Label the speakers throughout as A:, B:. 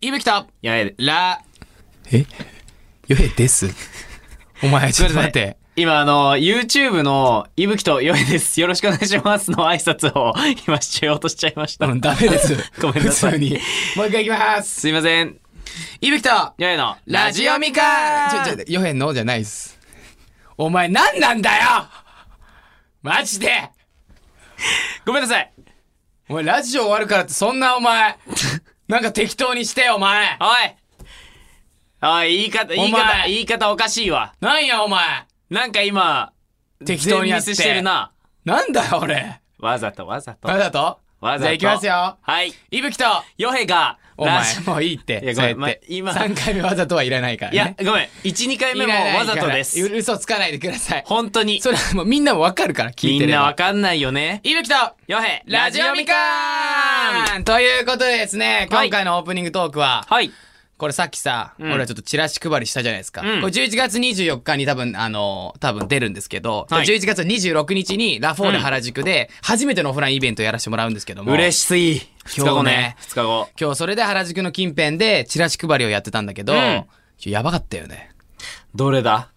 A: いぶきと、
B: やえ、
A: ラ、
C: えよえです。お前、ちょっと待って。
B: 今あの、YouTube の、いぶきとよえです。よろしくお願いしますの挨拶を、今しようとしちゃいました。
C: うんダメです。
B: ごめんなさい
C: 普通に。もう一回行きます。
B: すいません。
A: いぶきと、
B: よえの、
A: ラジオミカ
C: ちょ、ちょ、よへんのじゃないです。お前、なんなんだよマジで
B: ごめんなさい。
C: お前、ラジオ終わるからって、そんなお前、 なんか適当にしてよ、お前
B: おいおい、言い方、言い
C: お
B: 方、
C: 前
B: 言い方おかしいわ。
C: なんや、お前
B: なんか今、
C: 適当にやっ
B: 全
C: て。
B: ミスしてる。な。
C: なんだよ、俺。
B: わざとわざと。
C: 誰だと
B: わざと
C: じゃあ行きますよ。
B: はい。
C: いぶきと、
B: よへが、
C: お前
B: ラジ、
C: もういいって。
B: いやご
C: そう
B: め
C: やっ
B: ん
C: て
B: ま今
C: 3回目わざとはいらないから
B: いや
C: ね。、
B: ごめん。1、2回目
C: い
B: も
C: らない
B: わざとです
C: い。らない嘘つかないでください。
B: 本当に。
C: それはもうみんなもわかるから聞い
B: み
C: て
B: ん
C: れ
B: な
C: ば
B: わかんないよね。
C: いぶきと
B: よへ、
C: ラジオみかーんということでですね、
B: はい
C: 今回のオープニングトークは、
B: はい。
C: これさっきさ、
B: ん
C: 俺はちょっとチラシ配りしたじゃないですか。
B: うん
C: これ11月24日に多分、あのー多分出るんですけど、
B: はい
C: 11月26日にラフォーレ原宿で初めてのオフラインイベントやらせてもらうんですけども、
B: 嬉しすぎ。二日後ね。二日後。
C: 今日それで原宿の近辺でチラシ配りをやってたんだけど、
B: うん
C: ちょやばかったよね。
B: どれだ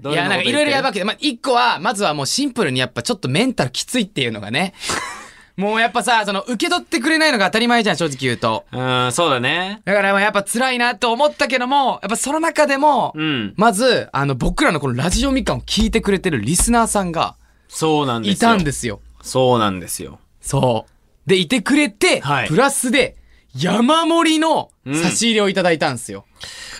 B: ど
C: い
B: れ
C: や、
B: の
C: なんか
B: こと
C: いろいろやば
B: 言っ
C: くて、まあ、一個は、まずはもうシンプルにやっぱちょっとメンタルきついっていうのがね。 もうやっぱさ、その、受け取ってくれないのが当たり前じゃん、正直言うと。
B: てるうん、そうだね。
C: だからまあやっぱ辛いなと思ったけども、やっぱその中でも、
B: うん。
C: まず、あの、僕らのこのラジオみかんを聞いてくれてるリスナーさんが
B: そうなんです
C: い
B: よ。
C: たんですよ。
B: そうなんですよ。
C: そう。で、いてくれて、
B: はい
C: プラスで、山盛りの差し入れをいただいたんですよ。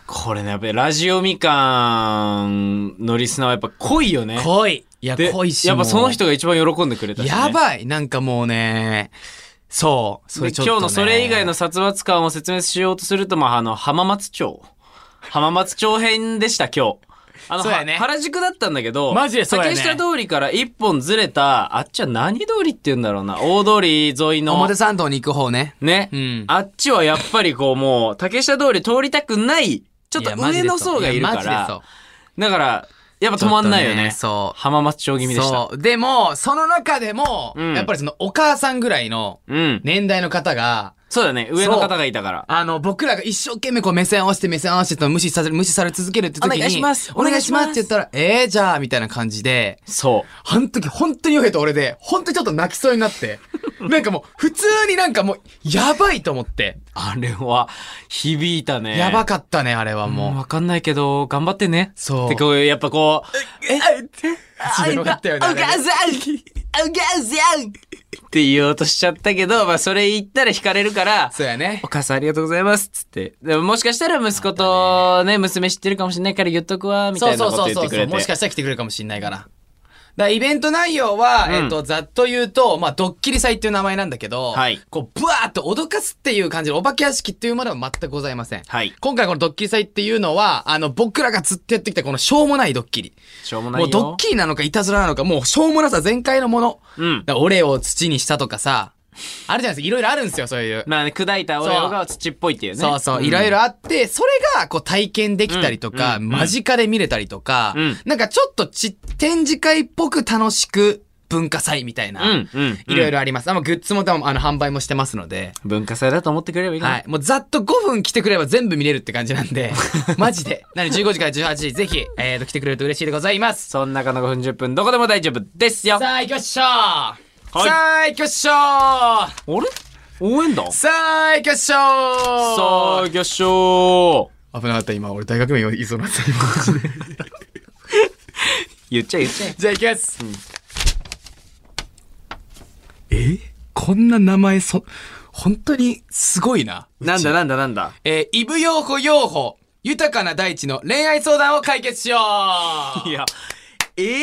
B: これね、やっぱりラジオみかんのリスナーはやっぱ濃いよね。
C: 濃い。いや、
B: で
C: 濃いし。
B: やっぱその
C: 人
B: 人が一番喜んでくれたし、ね。
C: やばいなんかもうね、そう、そ
B: で
C: れちょっと、ね。
B: 今日のそれ以外の殺伐感を説明しようとすると、まあ、あの、浜松町。浜松町編でした、今日。あの、
C: そうやね
B: は原宿だったんだけど、
C: マジでそうやね
B: 竹下通りから一本ずれた、あっちは何通りって言うんだろうな。大通り沿いの
C: 表。参道に行く方ね。
B: ね、
C: うん
B: あっちはやっぱりこうもう、竹下通り通りたくない、ちょっ
C: い
B: と
C: やマジ
B: 上
C: で
B: の
C: そう
B: 層がいるか
C: やマジでそ
B: ら
C: う。
B: だから、やっぱ止まんないよ
C: ちょ
B: ね。
C: っとねそう
B: 浜松町気味でした。
C: そう。でも、その中でも、
B: うん
C: やっぱりそのお母さんぐらいの
B: うん。
C: 年代の方が、
B: そうだね。上の方がいたから。
C: あの、僕らが一生懸命こう目線合わせて目線合わせてと無視され、無視され続けるって時に、
B: お願いします
C: お願いします
B: お願いします
C: って言ったら、ええー、じゃあ、みたいな感じで、
B: そう。
C: あの時本当にヨヘと俺で、本当にちょっと泣きそうにな って、なんかもう普通になんかもう、やばいと思って、
B: あれは、響いたね。
C: やばかったね、あれはもう。
B: もうわかんないけど、頑張ってね。
C: そう
B: てこう、やっぱこう、え、
C: 一番よかったよね
B: お母さんお母さんって言おうとしちゃったけど、まあそれ言ったら惹かれるから、
C: そうやね
B: お。母さんありがとうございますっつって。でももしかしたら息子とね、娘知ってるかもしれないから言っとくわ、みた
C: そう
B: いな
C: そ
B: こ
C: う
B: と
C: そう
B: 言っ
C: そ
B: て
C: う
B: く
C: そ
B: れ
C: う。
B: て。
C: もしかしたら来てくれるかもしれないから。だからイベント内容は、
B: うん
C: えっと、ざっと言うと、まあ、ドッキリ祭っていう名前なんだけど、
B: はい
C: こう、ブワーっと脅かすっていう感じのお化け屋敷っていうものは全くございません。
B: はい。
C: 今回このドッキリ祭っていうのは、あの、僕らがずっとやってきたこのしょうもないドッキリ。
B: しょうもない
C: も
B: よ。
C: うドッキリなのかいたずらなのか、もうしょうもなさ全開のもの。
B: うん。
C: だからオレオを土にしたとかさ、あるじゃないですか。いろいろあるんですよ、そういう。
B: まあね、砕いたオレオが土っぽいっていうね。
C: そうそう、
B: ん
C: いろいろあって、それがこう体験できたりとか、
B: うんうん
C: 間近で見れたりとか、
B: うん
C: なんかちょっとち展示会っぽく楽しく文化祭みたいな、
B: うん、うん。
C: いろい
B: ろ。
C: ろあります。あのグッズも多分あの販売もしてますので、
B: 文化祭だと思ってくれればいいかな。
C: はい。もうざっと5分来てくれば全部見れるって感じなん で、マジで。なので15時から18時、ぜひ、えーと、来てくれると嬉しいでございます。
B: そんな中の5分10分、どこでも大丈夫ですよ。
C: さあ、行きましょう、
B: い
C: さあ、行きましょう
B: あれ応援団
C: さあ、行きましょう
B: さあ、行きましょう。
C: 危なかった、今。俺大学名言いそうになった、今。
B: 言っちゃえ言っちゃえ。
C: じゃあ行きます。えこんな名前そ、本当にすごいな。
B: なんだなんだなんだ。
C: えー、イブヨーホヨーホ、豊かな大地の恋愛相談を解決しよう
B: いや、えー、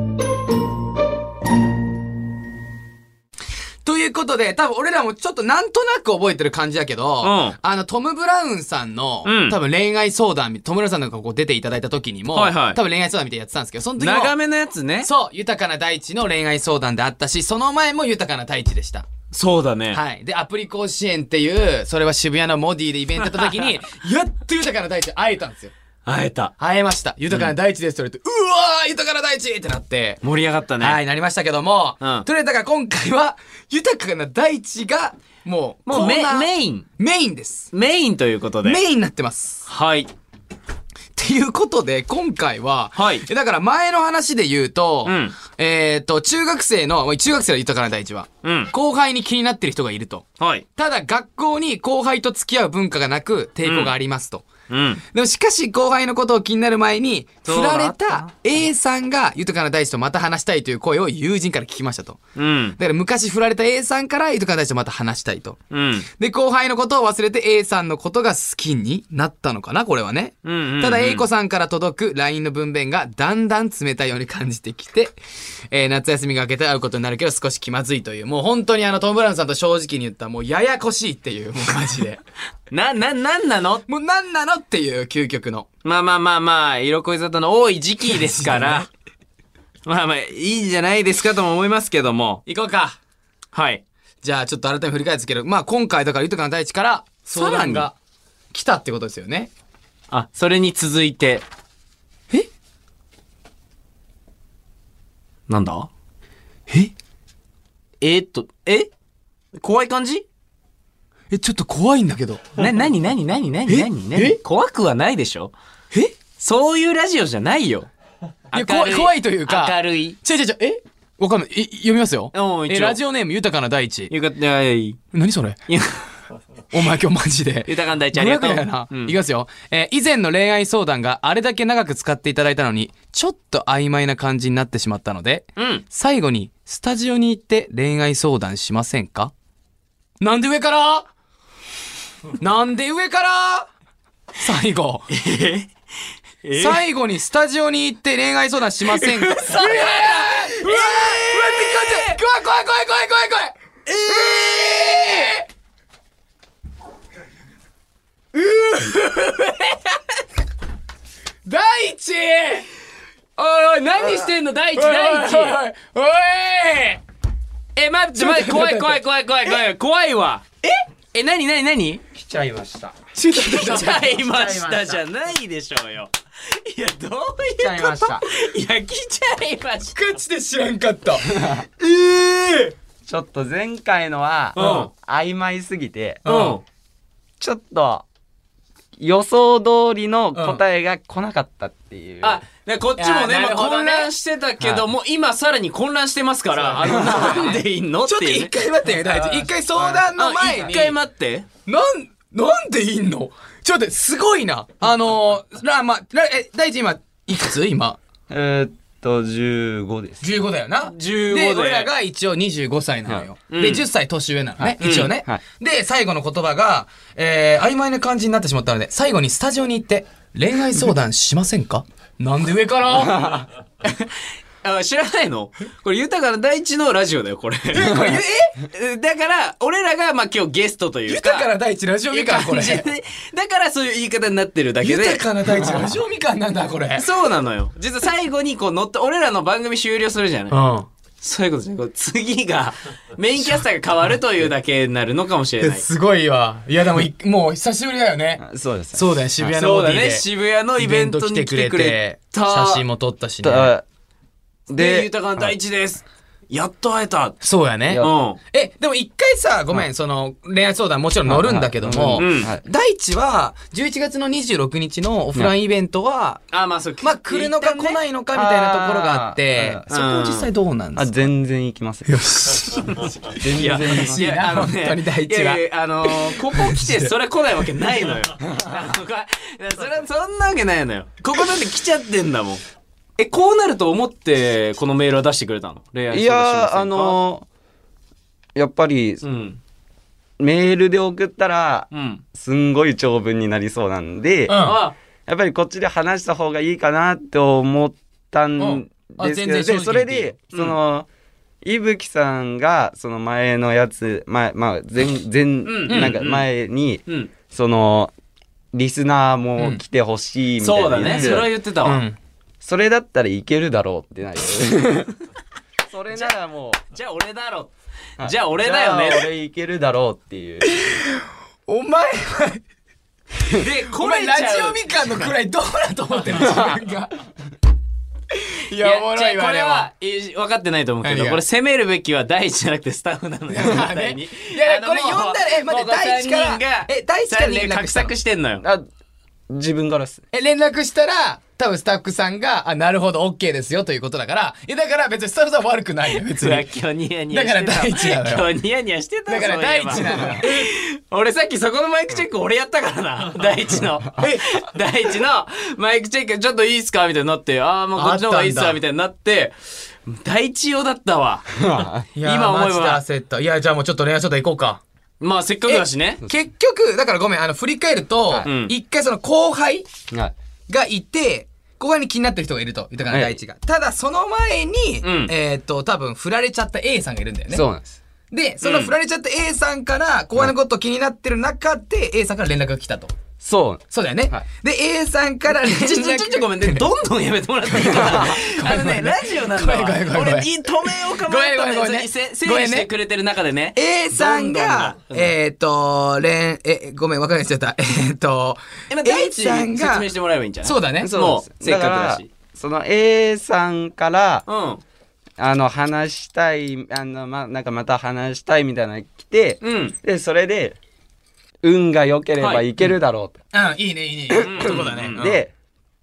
C: というこことで、多分俺らもちょっとなんとなく覚えてる感じだけど、
B: うん
C: あの、トム・ブラウンさんの、
B: うん
C: 多分恋愛相談み、トム・ブラウンさんなんかこう出ていただいた時にも、
B: はいはい
C: 多分恋愛相談みたいなやってたんですけど、その時も、
B: 長めのやつね。
C: そう、豊かな大地の恋愛相談であったし、その前も豊かな大地でした。
B: そうだね。
C: はい。で、アプリ甲子園っていう、それは渋谷のモディでイベントやった時 に、やっと豊かな大地会えたんですよ。
B: 会えた。
C: 会えました。豊かな大地です。それって、うわー豊かな大地ってなって。
B: 盛り上がったね。
C: はい、なりましたけども、
B: うん
C: とりあえずだから今回は、豊かな大地が、もう、
B: もう
C: コ
B: メ
C: ーナー
B: メイン。
C: メインです。
B: メインということで。
C: メインになってます。
B: はい。
C: っていうことで、今回は、
B: はい
C: えだから前の話で言うと、
B: うん
C: えっ、と、中学生の、中学生の豊かな大地は、
B: うん
C: 後輩に気になってる人がいると。
B: はい。
C: ただ、学校に後輩と付き合う文化がなく、抵抗がありますと。
B: うん。
C: でもしかし後輩のことを気になる前に、
B: そう
C: 振
B: だ
C: られた A さんが豊かな大地とまた話したいという声を友人から聞きましたと。
B: うん。
C: だから昔振られた A さんから豊かな大地とまた話したいと。
B: うん。
C: で、後輩のことを忘れて A さんのことが好きになったのかなこれはね。
B: うんうんうん
C: ただ A 子さんから届く LINE の文面がだんだん冷たいように感じてきて、えー夏休みが明けて会うことになるけど少し気まずいという、もう本当にあのトム・ブラウンさんと正直に言ったもうややこしいっていう、もうマジで。
B: な、な、なんなの
C: もうなんなのっていう究極の。
B: まあまあまあまあ、色恋沙汰の多 い時期ですから。まあまあ、いいんじゃないですかとも思いますけども。
C: 行こうか。
B: はい。
C: じゃあちょっと改めて振り返ですけど、まあ今回だから豊かな大地から相談
B: さら
C: が来たってことですよね。
B: あ、それに続いて。
C: え
B: なんだ
C: え
B: えーっと、え怖い感じ
C: え、ちょっと怖いんだけど。
B: な、なになになになになになに
C: え
B: 怖くはないでしょ
C: え
B: そういうラジオじゃないよ。
C: いや
B: 明
C: 怖
B: る
C: い怖いというか
B: 明るい。
C: 違う違う違う、えわかんない。え、読みますよ。
B: おう一応
C: え、ラジオネーム豊かな大地。
B: よかった、はい。
C: 何それ
B: いや
C: お前今日マジで。
B: 豊かな大地ありがとう
C: 500だよな。
B: うん
C: いきますよ。えー以前の恋愛相談があれだけ長く使っていただいたのに、ちょっと曖昧な感じになってしまったので、
B: うん。
C: 最後にスタジオに行って恋愛相談しませんかなんで上からなんで上から最後。最後にスタジオに行って恋愛相談しません かうわうわうわって怖い怖い怖い怖い怖い怖いえー大地
B: おいおい、何してんの大地、大地。
C: おい
B: え、待って、待って、怖い、怖い、怖い、怖い、怖い、怖いわ。ええ、なになになに
D: 来ちゃいました。
C: 来
B: 来ちゃいました
D: 来ちゃいました
B: じゃないでしょうよ。いや、どういうこと
D: 来ちゃいました。
B: いや、来ちゃいました。
C: ガチで知らんかった。
D: ちょっと前回のは、
B: う
D: 曖昧すぎて、
B: うん。
D: ちょっと、予想通りの答えが来なかったっていう。
B: あ、でこっちも
C: いや
B: ね、
C: な
B: まあ
C: るほどね
B: 混乱してたけども、今さらに混乱してますから、あの、なんでいんのっ
C: ちょってと
B: いうね
C: 一。回待ってよ、大地。一回相談の
B: あ
C: 前に。
B: 一回待って。
C: なん、なんでいんのちょっと待って、すごいな。あのー、ら、ま、ら、え、大地今、いくつ今。
D: えーっと、15です。
C: 15だよな。
B: 15で
C: で、俺らが一応25歳なのよ。
B: ん
C: で、10歳年上なのね。一応ね、
D: うんはい
C: で、最後の言葉が、えー、曖昧な感じになってしまったので、最後にスタジオに行って、恋愛相談しませんかなんで上から
B: あ、知らないのこれ、豊かな大地のラジオだよ、これ。え だから、俺らが、まあ、今日ゲストというか。
C: 豊かな大地ラジオみかん、これ。
B: 感じで だからそういう言い方になってるだけで。
C: 豊かな大地ラジオみかんなんだ、これ。
B: そうなのよ。実は最後にこう乗って、俺らの番組終了するじゃない。
C: ん。
B: そういうことじゃない。こう次が、メインキャスターが変わるというだけになるのかもしれない。
C: すごいわ。いや、でも い、もう久しぶりだよね。
D: そうです。
C: そうだよ、渋谷の
B: そ
C: ボ
B: う
C: デ
B: だ
C: ィで。
B: ね。渋谷のイベントに来てくれた。
C: 写真も撮ったしね。
D: だ
B: で、
D: で
B: 豊かな大地です。やっと会えた。
C: そうやね
D: い。や
B: うん。
C: え、でも一回さ、ごめん、その、恋愛相談もちろん乗るんだけども
B: はいはいうん、
C: 大地は、11月の26日のオフラインイベントは、
B: あ、まあそう。。
C: まあ、来るのか来ないいのかみたいなところがあって、
B: あ
C: そこ
B: ー
C: は実際どうなんで
D: あ、
C: すか
D: 全然行きます。よし。全
B: いや、
D: 然行きます。
B: いやあのね、
C: 本当に大地はい
B: やいやあのーここ 来て、それ来ないわけないのよ。 あのこれそれそんなわけないのよ。ここだって来ちゃってんだもん。え、こうなると思って、このメールは出してくれたの恋愛
D: い
B: 相談しません
D: や、
B: か
D: あ、のやっぱり、
B: うん。
D: メールで送ったら、
B: うん。
D: すんごい長文になりそうなんで、
C: うん
B: あ、
D: やっぱりこっちで話した方がいいかなって思ったんですけど、
C: うんあ全然正直
D: でそれ
C: に言っていいよ
D: で、その、いぶきさんが、その前のやつ、前、まあ、前、前、
B: ん
D: なんか前に、
B: うん。
D: その、リスナーも来てほしいみたい
B: そ
D: な
B: うだ
D: 言っ
B: ね。
D: てた
B: それは言ってた
C: う
B: わ。
C: ん。
D: それだったらいけるだろうってなるそれならも
B: じゃあ俺だろ。
D: う。
B: じゃあ俺だよ
D: じゃあ
B: ね。
D: 俺いけるだろうっていう。
C: お前は、
B: で、
C: お
B: これ
C: 前
B: ち
C: ラジ
B: ゃ
C: オ
B: う。
C: みかんのくらいどうだと思ってる自分が。 い
B: いや
C: や、おもろい
B: 違う
C: わ、
B: こ
C: あ
B: れ
C: れは
B: は。えー分かってないと思うけ
C: 何
B: ど
C: が
B: これ責めるべきは第一じゃなくてスタッフなのよ
C: まあね
B: 絶対に
C: いや
B: あの
C: これ呼んだらえ待って
B: もうここ
C: 第一から
B: 三人が
C: え第一から
B: 三人
C: 連
B: で
C: 絡
B: 画
C: したの
B: 策してんのよ
D: あ、自分からっす。
C: え、連絡したら、多分スタッフさんが、あ、なるほど、OK ですよ、ということだから、え、だから別にスタッフさん悪くないよ、別
B: う
C: に。
B: わ
C: だ
B: 今日ニヤニヤして
C: だから第一なのよ
B: た今日ニヤニヤしてた
C: から
B: そうい
C: 第
B: えば
C: 一なのよ。
B: 俺さっきそこのマイクチェック俺やったから な。第一の。第一のマイクチェックちょっといいっすかみたいになって、ああ、もうこっちの方がいいっす
C: あったんだ
B: わみたいになって、第一用だったわ。
C: いや
B: 今思えば
C: マジで焦った。いや、じゃあもうちょっと恋愛ちょっと行こうか。
B: まあせっかくだしね。
C: 結局、だからごめん、あの、振り返ると、
B: うん
C: 一回その後輩
D: はい。
C: がいて、後輩に気になってる人がいると、豊かな第一が。ただ、その前に、
B: うん
C: えっ、と、多分、振られちゃった A さんがいるんだよね。
D: そうなんです。
C: で、その振られちゃった A さんから、後輩のこと気になってる中で、A さんから連絡が来たと。
D: そう。
C: そうだよね。
D: はい
C: で、A さんから連絡
B: ちょちょちょちょ ごめんね。どんどんやめてもらっていいかな。あのね、ラジオなんだわ
C: ごめんごめん。ごめん
B: 俺、い止めようか迷ったの
C: ごめんごめんごめん
B: 別にせ整理してくれてる中でね。
C: A さんが、
B: どんどんだ
C: えっ、と、連、え、ごめん、わかんないちゃった。 えっ、と、
B: え、まあ第一
C: A さんが
B: 説明してもらえばいいんじゃない
C: そうだね。
D: そうなん
B: もう
D: です。
B: せっかくだし
D: からその A さんから、
B: うん。
D: あの、話したい、あの、ま、なんかまた話したいみたいなのが来て、
B: うん。
D: で、それで、運が良ければいけるだろうと。
C: うん、いいね、いいね。いいねとこだね。うん、
D: で、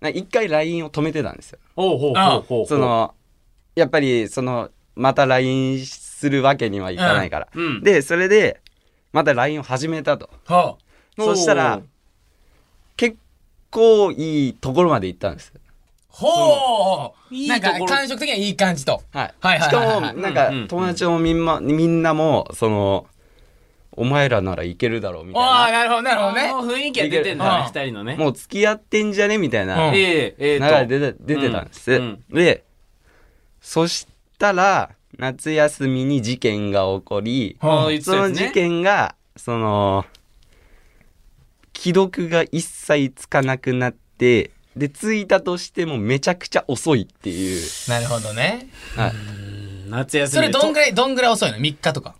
D: な一回 LINE を止めてたんですよ。
B: ほうほうほうほう。
D: そ、の、やっぱり、その、また LINE するわけにはいかないから。
B: うんうん
D: で、それで、また LINE を始めたと。
C: ほう。
D: そしたら、結構いいところまで行ったんです。
C: ほう、
B: いい
C: なん
B: と
C: か
B: ころ
C: 感触的にはいい感じと。
D: はい。
C: はいはいはいはい
D: しかも、なんか
B: うんう、ん
D: 友達もみんな、みんなも、その、お前らならいけるだろう、みたい
C: ああ、
D: な。
C: なるほど、なるほどね。
B: もう雰囲気が出てんだね、二人のね。
D: もう付き合ってんじゃねみたいな、
C: うん
D: 流
B: ええええと
D: れ出て、出てたんです。
B: うん
D: で、そしたら、夏休みに事件が起こり、
B: あ
C: う
B: あ
C: ん
B: 言ってた
D: そ
B: や
D: の
B: つ
D: 事
B: ね。
D: 件が、その、既読が一切つかなくなって、で、着いたとしてもめちゃくちゃ遅いっていう。
C: なるほどね。
B: 夏休
C: そ
B: み
C: れ
B: で
C: どんぐらい、どんぐらい遅いの ?3 日とか。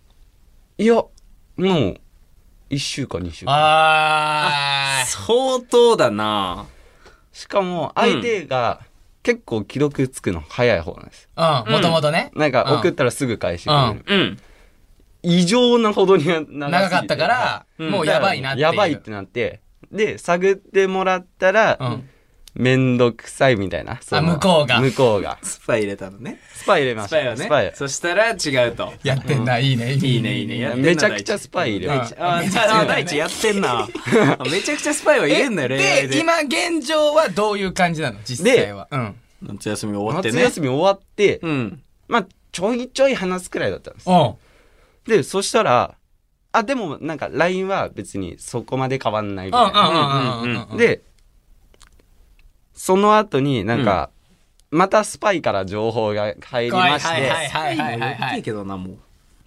D: いや、もう、一週間、二週間。
C: あー
B: 相当だな
D: しかも、相手が結構既読つくの早い方なんです。
C: あ。うん、もともとね。
D: なんか、
C: うん
D: 送ったらすぐ返してくれる。
B: うん。
D: 異常なほどに長すぎて
C: 長かったか、ら、
B: うん
C: もうやばいなっていう。
D: やばいってなって、で、探ってもらったら、
C: うん
D: めんどくさいみたいな。そ
C: あ
D: の
C: 向こうが
D: 向こうが。
B: スパイ入れたのね。
D: スパイ入れま
B: ス
D: した。
B: パイは
D: スパイ
B: ね。そしたら違うと。
C: やってんな、いいね、い
B: いいね、いいね。やってんな
D: めちゃくちゃスパイ入れ
B: 第
D: ま
B: 一
D: し
B: ああ、あ第一やってんな。 めちゃくちゃスパイは入れんだよ、恋
C: え
B: 愛
C: で、
B: で。
C: 今現状はどういう感じなの実際は。うん。
B: 夏休みが終
D: た。
B: わって
D: 夏
B: ね。
D: 休み終わって、
B: うん。
D: まあ、ちょいちょい話すくらいだったんです。
C: お
D: で、そしたら、あ、でもなんか LINE は別にそこまで変わんないみたいな。
C: うんうんうんうんうんうん。、
D: で、その後になんか、またスパイから情報が入りまし
C: はいはい
D: て、
C: はいはいはいは
B: やって
C: い。
B: けどな、も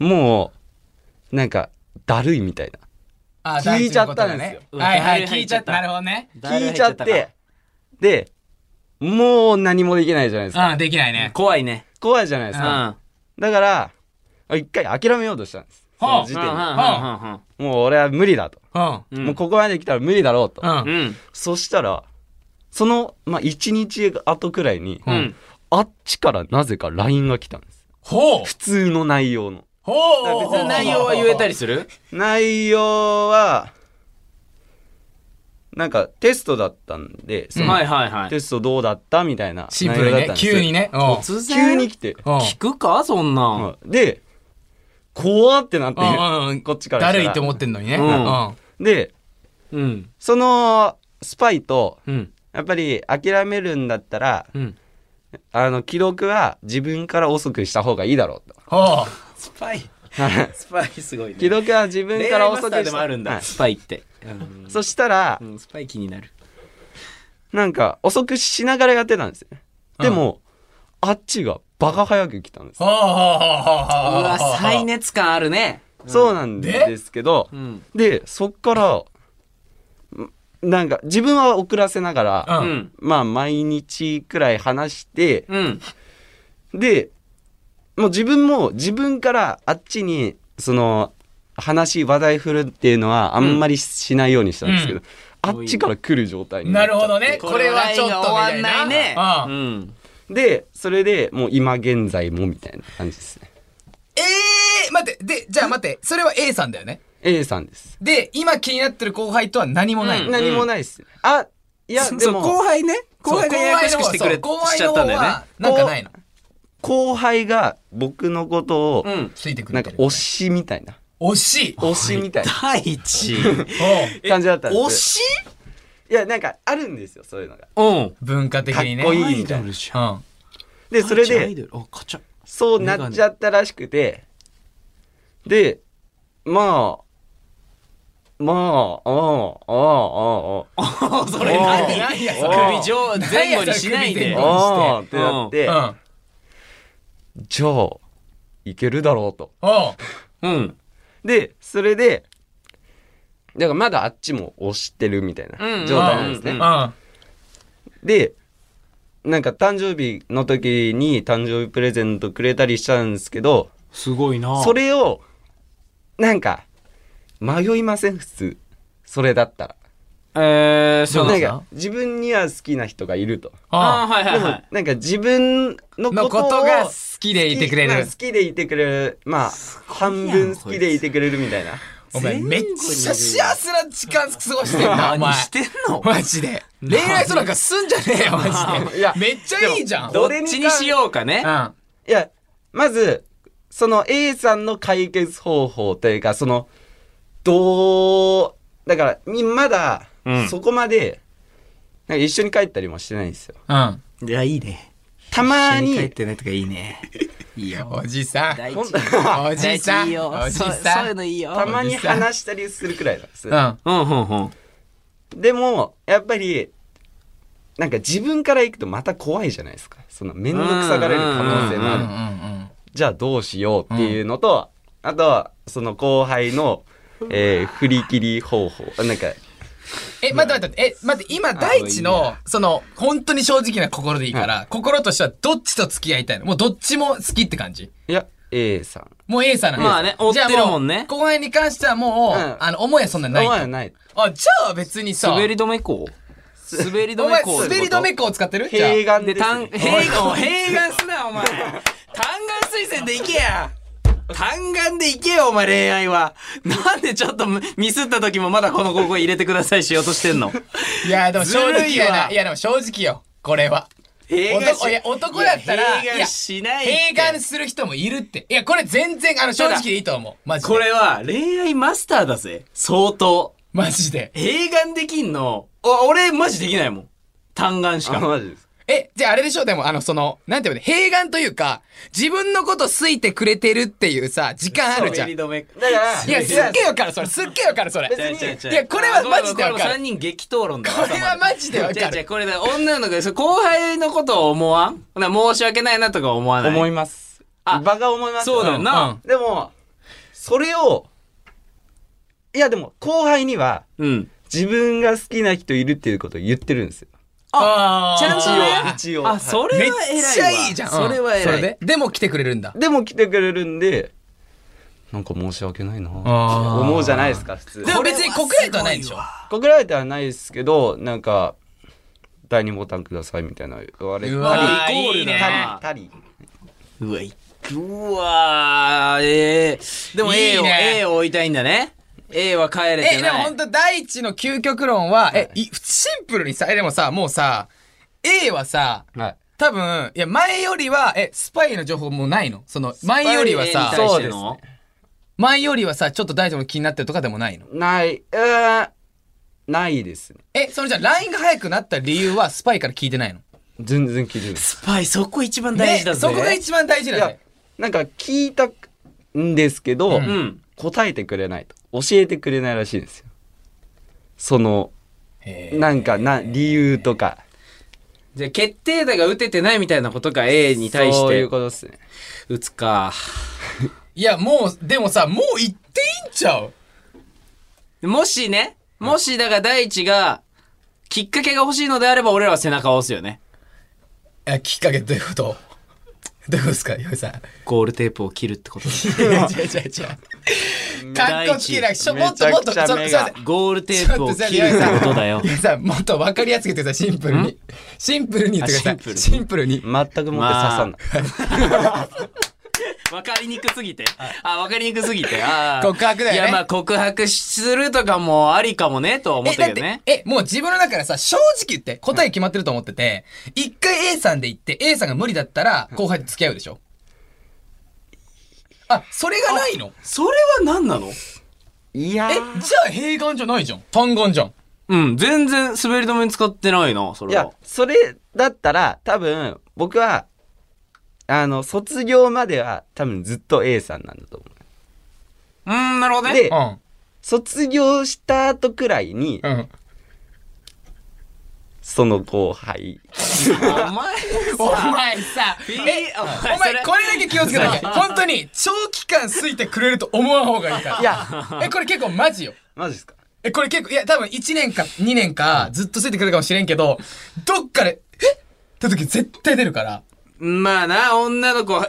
B: う。
D: もう、なんか、だるいみたいな。
C: あー
D: 聞いちゃったんですよ
C: 大事なことだねはいはい、
B: うん
C: 聞いちゃった。なるほどね。
D: 聞いちゃって、で、もう何もできないじゃないですか。
C: うん、できないね。
B: 怖いね。
D: 怖いじゃないで
B: う
D: す
B: ん。
D: か。だから、あ一回諦めようとしたんです。そ
C: ほ
D: の
C: う
D: 時
B: うん。
D: 点で。
B: うん。
D: もう俺は無理だと。
C: うん。
B: うん
D: もうここまで来たら無理だろうと。
C: うん。
B: うん。
D: そしたら、その、まあ、1日後くらいに、
B: うん。
D: あっちからなぜか LINE が来たんです。
C: ほう
D: 普通の内容の。
C: ほ
D: だから別
C: う
D: に
B: 内容は言えた
C: り。
B: りする
D: 内容は、なんかテストだったんで、その
B: はいはいはい。
D: テストどうだったみたいな
C: シン
D: 内
C: プ
D: 容
C: ル
D: だ
C: に
D: った
C: ね
D: ん。ですよ
C: 急にね。おう
B: 突
D: 急
B: 然
D: に来て。
C: おう
B: 聞くかそんなん。
D: うんで、怖ってなって、
C: うんうん。
D: こっちから
C: だ
D: した
C: るい
D: ら
C: って思ってんのにね。
B: う
C: うんん。
D: で、
B: うん。
D: そのスパイと、
B: うん。
D: やっぱり諦めるんだったら、
B: うん。
D: あの、記録は自分から遅くした方がいいだろ うと。
C: ほ
B: スパイ。
D: はい
B: スパイすごいね。
D: 既読は自分から遅くした
B: でもあるんだ、
D: はい
B: スパイって、うん
D: そしたら、
B: うんスパイ気になる
D: なんか遅くしながらやってたんですよ。でも、あっちがバカ早く来たんです。
C: はあはあはあ
B: う
C: はあは
B: わ
C: あはあ
B: 再熱感あるね
D: そうなんですけど、
B: うん
D: で、そっから、んなんか自分は遅らせながら、
C: う。
B: うんん
D: まあ毎日くらい話して、
B: うん
D: で、もう自分も自分からあっちに、その、話、話題振るっていうのはあんまりしないようにしたんですけど、あっちから来る状態に
C: な
D: なっちゃ
C: るほど
D: って
C: ね。これはちょっとみ
B: こ
C: た
B: れ
C: い
B: はラインが終わんないね
C: な。
B: う
C: うん
B: ん
D: で、それでもう今現在もみたいな感じですね。
C: ええー、待って、で、じゃあ待って、それは A さんだよね。
D: A さんです。
C: で、今気になってる後輩とは何もない。
B: うん
D: 何もないですね。あ、いや、
B: そう
D: で
B: そう後
D: も、
B: 輩ね後輩がややこしくしてくれ
C: そう後
B: し
C: 輩
B: ちゃ
C: の
B: っ
C: 方は
B: たんだよね
C: なんかないの。
D: 後輩が僕のことを、
B: うん
C: ついてく
D: な
C: れ
D: ん
C: て
D: か
C: る。
D: 推しみたいな。
C: 惜しい。
D: 推しみたいな
B: 第一
C: う
D: 感じだったんです
B: 推し
D: いや、なんかあるんですよ、そういうのが。
B: うん
C: ん文化的にね。
D: かっこ
C: うん。
D: いいみたいな。
B: じ
D: で、それ
B: アイ
D: で、
B: ドルあカチャ
D: そうなっちゃったらしくて、で、まあ、まあ、ああ、ああ、ああ、
B: それ何
C: 何やそれ
B: 首上前後にしないで
C: 何やそ
D: ああってなって、
C: うん。
D: じゃあ、いけるだろうと。
C: おう
B: うん
D: で、それで、だからまだあっちも押してるみたい
B: うん
D: な状態なんです
B: う
D: ね
C: う。ん。
D: で、なんか誕生日の時に誕生日プレゼントくれたりしたんですけど、
B: すごいな
D: それを、なんか、迷いません、普通。それだったら。
B: えーそ
D: な
B: うん
D: か、自分には好きな人がいると。
B: あ
C: あ
B: ーはいは
D: で
B: い
D: も
B: はい、
D: なんか自分のこと
C: の
D: を
C: ことが好きでいてくれ
D: 好き
C: る
D: まあ。好きでいてくれる。まあ、半分好きでいてくれるみたいな。
C: お前めっちゃ幸せな時間過ごしてんな、お前
B: 何。してんの
C: マジで。恋愛相談かすんじゃねえよ、マジで。
D: いや
C: めっちゃいいじゃん。
B: どっちにしようかね
C: うん。
D: いや、まず、その A さんの解決方法というか、その、どう、だから、みまだ
B: うん、
D: そこまで、なんか一緒に帰ったりもしてないんですよ。
C: うん。
B: いやいいね
D: たまに、
B: てないとかいいね
C: いいよ、おじさん。
B: 第一
D: ほん
C: おじさん。おじさん。
B: のいいよ
D: たまに話したりするくらいなんです。
C: うん。
B: うんうんうん
D: でも、やっぱり、なんか自分から行くとまた怖いじゃないですか。その、面倒くさがれる可能性もあ
C: う
D: る
C: ん。うん
D: じゃあどうしようっていうのと、あとは、その後輩の、えー振り切り方法。あなんか、
C: え、待って待って待って、え、待って、今、大地の、その、本当に正直な心でいいから、心としてはどっちと付き合いたいのもうどっちも好きって感じ。
D: いや、A さん。
C: もう A さんなんだ
B: まあね追ってるもんね
C: じゃあう後輩に関してはもう、
D: うん
C: あの、思いはそんなにない
D: お
C: と。
D: 前はない。
C: あ、じゃあ別にさ、
B: 滑り止めこう滑り
C: お
B: 止め
C: 前、
B: こう
C: 滑り止め粉を使ってるじゃあ
D: 平眼
B: で、
D: です、
B: 単、
D: ね。
B: 平眼、平眼すな、お前。単眼推薦で行けや。単眼で行けよ、お前、恋愛は。なんでちょっとミスった時もまだこの高校入れてくださいしようとしてんの。
C: いや、でも正
B: ずる
C: 直
B: い
C: や
B: わ
C: な。いや、でも正直よ。これは。
B: 平眼
C: 男いや男だったら
B: いや平眼しないって
C: 平眼する人もいるって。いや、これ全然、あの、正直でいいと思う。マジで。
B: これは恋愛マスターだぜ。相当。
C: マジで。
B: 平眼できんの。お俺、マジできないもん。単眼し
D: あ、
B: か。
D: マジです。
C: え、じゃああれでしょでも、あの、その、なんていうの、平眼というか、自分のこと好いてくれてるっていうさ、時間あるじゃん。
B: 滑
C: い
B: り止め。
D: だから、
C: や、すっげえわかる、それ。すっげえわかる、それ。
D: 別に
C: いやこれはマジでわかる
B: 3人激討論だわ
C: これはマジでわかる
B: じゃじゃこれだ女の子です後輩のことを思わんほな申し訳ないなとか思わない
D: 思います。
B: あ
D: 場が思います。
B: そうだよな
D: でも、それを、いやでも、後輩には、
B: うん、
D: 自分が好きな人いるっていうことを言ってるんですよ。
C: あ
B: ちゃんとね
D: 一応
B: あそれは
C: めっ
B: 偉いわ
C: ちゃいいじゃん。
B: それは
C: うんそ
B: 偉
C: れ
B: い、
C: で。でも来てくれるんだ。
D: でも来てくれるんで、なんか申し訳ないなって
C: あー
D: 思うじゃないですか、普通
C: で。も別に告られてはないんでしょ
D: 告られてはないですけど、なんか、第二ボタンくださいみたいな言われ
C: うわ
D: たり、
C: ーいいね
D: たり、
B: うわいうわーえー、でも A
C: い
B: を
C: いね
B: A を置いたいんだね A は帰れてない
C: え、でも本当第一の究極論は、え、いシンプルにさ、え、でもさ、もうさ、A はさ、
D: たり。はい。
C: 多分、いや、前よりは、え、スパイの情報もうないのその、前よりは
B: スパイ A に
C: さ、
B: 対して
D: そ
B: の
C: 前よりはさ、ちょっと大丈夫気になってるとかでもないの
D: ない、えー、ないですね。
C: え、それじゃあ LINE が早くなった理由はスパイから聞いてないの
D: 全然聞いてない。
B: スパイそこ一番大事だ
C: ね
B: ぜ
C: そこが一番大事
D: い
C: だ
D: や
C: ね。、
D: なんか聞いたんですけど、
B: うん
D: 答えてくれないと。教えてくれないらしいんですよ。その、
C: へー
D: なんかな、理由とか。
B: じゃあ決定打が打ててないみたいなことか A に対し
D: そうい
B: て
D: うことですね。
B: 打つか
C: いや、もう、でもさ、もう言っていいんちゃう
B: もしねもしだから大地がきっかけが欲しいのであれば俺らは背中を押すよね
C: え、きっかけどういうことどういうことですか、ヨイさん。
B: ゴールテープを切るってことだ
C: 違う違う違う。かっこつけなくもっともっと、
D: めちゃくちゃ
C: そ
D: 目が
C: すいません。
B: ゴールテープを切るってことだよ
C: いやさ、もっと分かりやすく言ってください、シンプルに。シンプルに言ってくだ
B: あシンプ
C: さ
B: ル
C: い。
B: に
C: シンプルに。
D: 全くもって刺さない。
B: わかりにくすぎて。あ、わかりにくすぎて。あー
C: 告白だよね
B: いや、まあ告白するとかもありかもね、とは思っ
C: え、
B: た
C: だ
B: け
C: っ
B: ど
C: て
B: ね、。
C: え、もう自分の中でさ、正直言って、答え決まってると思ってて、一回 A さんで言って、A さんが無理だったら、後輩と付き合うでしょあ、それがないの
B: それは何なの
D: いや
C: え、じ
D: ー
C: ゃあ平眼じゃないじゃん。単眼じゃん。
B: うん、全然滑り止めに使ってないな、そ
D: い
B: れ
D: や
B: は。、
D: それだったら、多分、僕は、あの、卒業までは、多分ずっと A さんなんだと思
B: うーん、なるほど
D: う。
B: ね。
D: で、
C: うん。
D: 卒業した後くらいに、
C: うん。
D: その後輩。
B: お前、
C: お前さ、
B: え、
C: え、
B: お
C: お前これだけ気をつけな きゃ。本当に、長期間ついてくれると思わん方がいいから。
D: い、や、
C: え、これ結構マジよ。
D: マジですか
C: え、これ結構、いや、多分1年か2年かずっとついてくれるかもしれんけど、どっかで、えって時絶対出るから。
B: まあな、女の子は、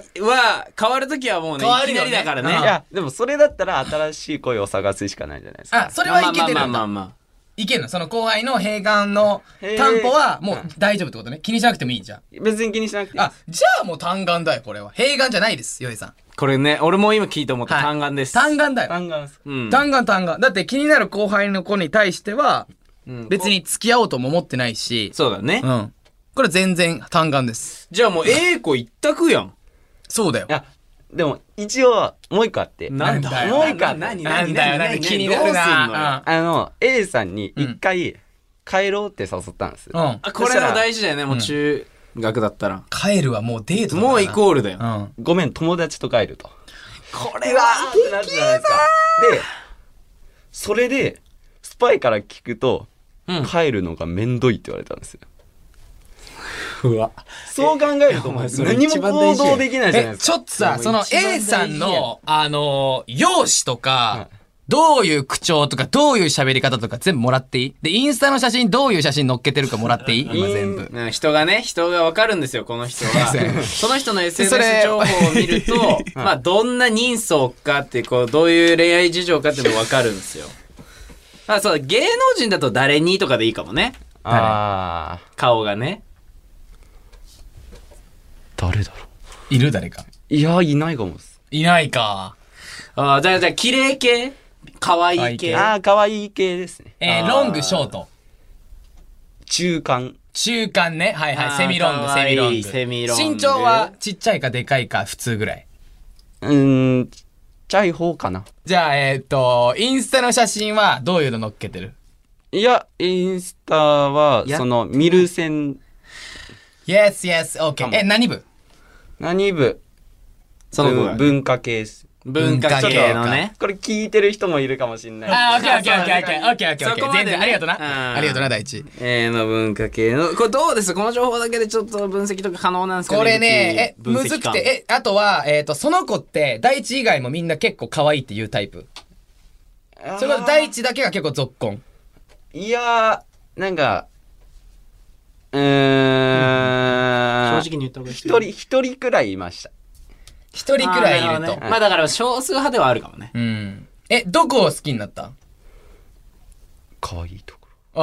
B: 変わるときはもうね、
C: 変わ
B: いき
C: るよ
B: な
C: ね
B: りだから
D: い
B: ね。
D: や、でもそれだったら新しい恋を探すしかないじゃないですか。
C: あ、それはいけてるんだ。
B: まあまあまあまあま
C: いけるのその後輩の閉眼の担保はもう大丈夫ってことね。気にしなくてもいいじゃん。
D: 別に気にしなくていい。
C: あ、じゃあもう単眼だよ、これは。閉眼じゃないです、よいさん。
B: あ。これね、俺も今聞いて思った。
C: はい
B: 単眼です。
C: 単眼だよ。
D: 単眼っすか
B: うん。
C: 単眼単眼。だって気になる後輩の子に対しては、
B: うん
C: 別に付き合おうとも思ってないし、
B: そうだね
C: う。ん。これ全然単眼です。
B: じゃあもう、A 子一択やん。
C: そうだよ
D: い。や、でも一応、もう一個あって。
B: なんだよ。
D: もう一個あって
B: 何
C: な
B: 何
C: んだよ、
B: 何
C: なん
B: 何
C: か気になる
B: どうすんのよ
C: な。
D: あの、A さんに一回、帰ろうって誘ったんですよ。
C: うんうん。
B: あこれも大事だよね、もう中学だったら。
C: 帰るはもうデートだからな
B: もうイコールだよ。
C: うん。
D: ごめん、友達と帰ると。
B: こ
D: うわーってなったじゃないですか。で、それで、スパイから聞くと、
B: うん
D: 帰るのがめんどいって言われたんですよ。
B: うわ。
D: そう考えると、
B: お前それ
D: 何も
B: 一番大
D: 行
B: 事や
D: 動できないじゃない
C: え、
D: です
C: ち
D: か。
C: ょっとさ、その A さんの、あのー、容姿とか、どういう口調とか、どういう喋り方とか全部もらっていいで、インスタの写真、どういう写真載っけてるかもらっていい 今全部。
B: うん人がね、人がわかるんですよ、この人は
C: すいません。
B: その人の
C: それ
B: SNS 情報を見る と、まあ、どんな人相かって、こう、どういう恋愛事情かっていうのわかるんですよ。あ、そう、芸能人だと誰にとかでいいかもね。
D: あー
B: 顔がね。
D: 誰だろう。
C: いる誰か。
D: いや、いないかもっす。
C: いないか。
B: あじゃあ、じゃあ、綺麗系可愛い系
C: え
D: あー、可愛い系ですね。
C: えーロング、ショート。
D: 中間。
C: 中間ね。はいは
B: あー
C: い。セミロング、
B: か
C: セ
B: わい
C: ミロン
B: い
C: グ。
B: セミロング
C: 身長はちっちゃいかでかいか、普通ぐらい。
D: うーん、ちっちゃい方かな。
C: じゃあ、えーっと、インスタの写真はどういうの載っけてる
D: いや、インスタは、
B: やっ
D: その、見る線、
C: ?Yes, yes, okay. え、何部
D: 何部
B: その子が
D: 文文化系です。
B: 文化系のね。
D: これ聞いてる人もいるかもしんない。
C: あー、オッケーオッケーオッケーオッケーオッケーオッケーオッケ
B: そこ
C: ー。
B: までね
C: 全然ありがとう
B: う
C: な。
B: ん
C: ありがとうな、第一。
B: えー、の文化系の。これどうですこの情報だけでちょっと分析とか可能なんですか
C: これね、え、
B: 分
C: む
B: 析
C: ずく
B: 官
C: て、え、あとは、えっと、その子って、第一以外もみんな結構可愛いっていうタイプ。それから第一だけが結構ぞっこん。
D: いやー、なんか、うーん、
B: 正直に言った方がいい。
D: 一人、一人くらいいました。
C: 一人くらいい
B: あー
C: る
B: なほど
C: と
B: ね。まあだから少数派ではあるかもね。
C: うん。え、どこを好きになった
D: 可愛いとこ
C: お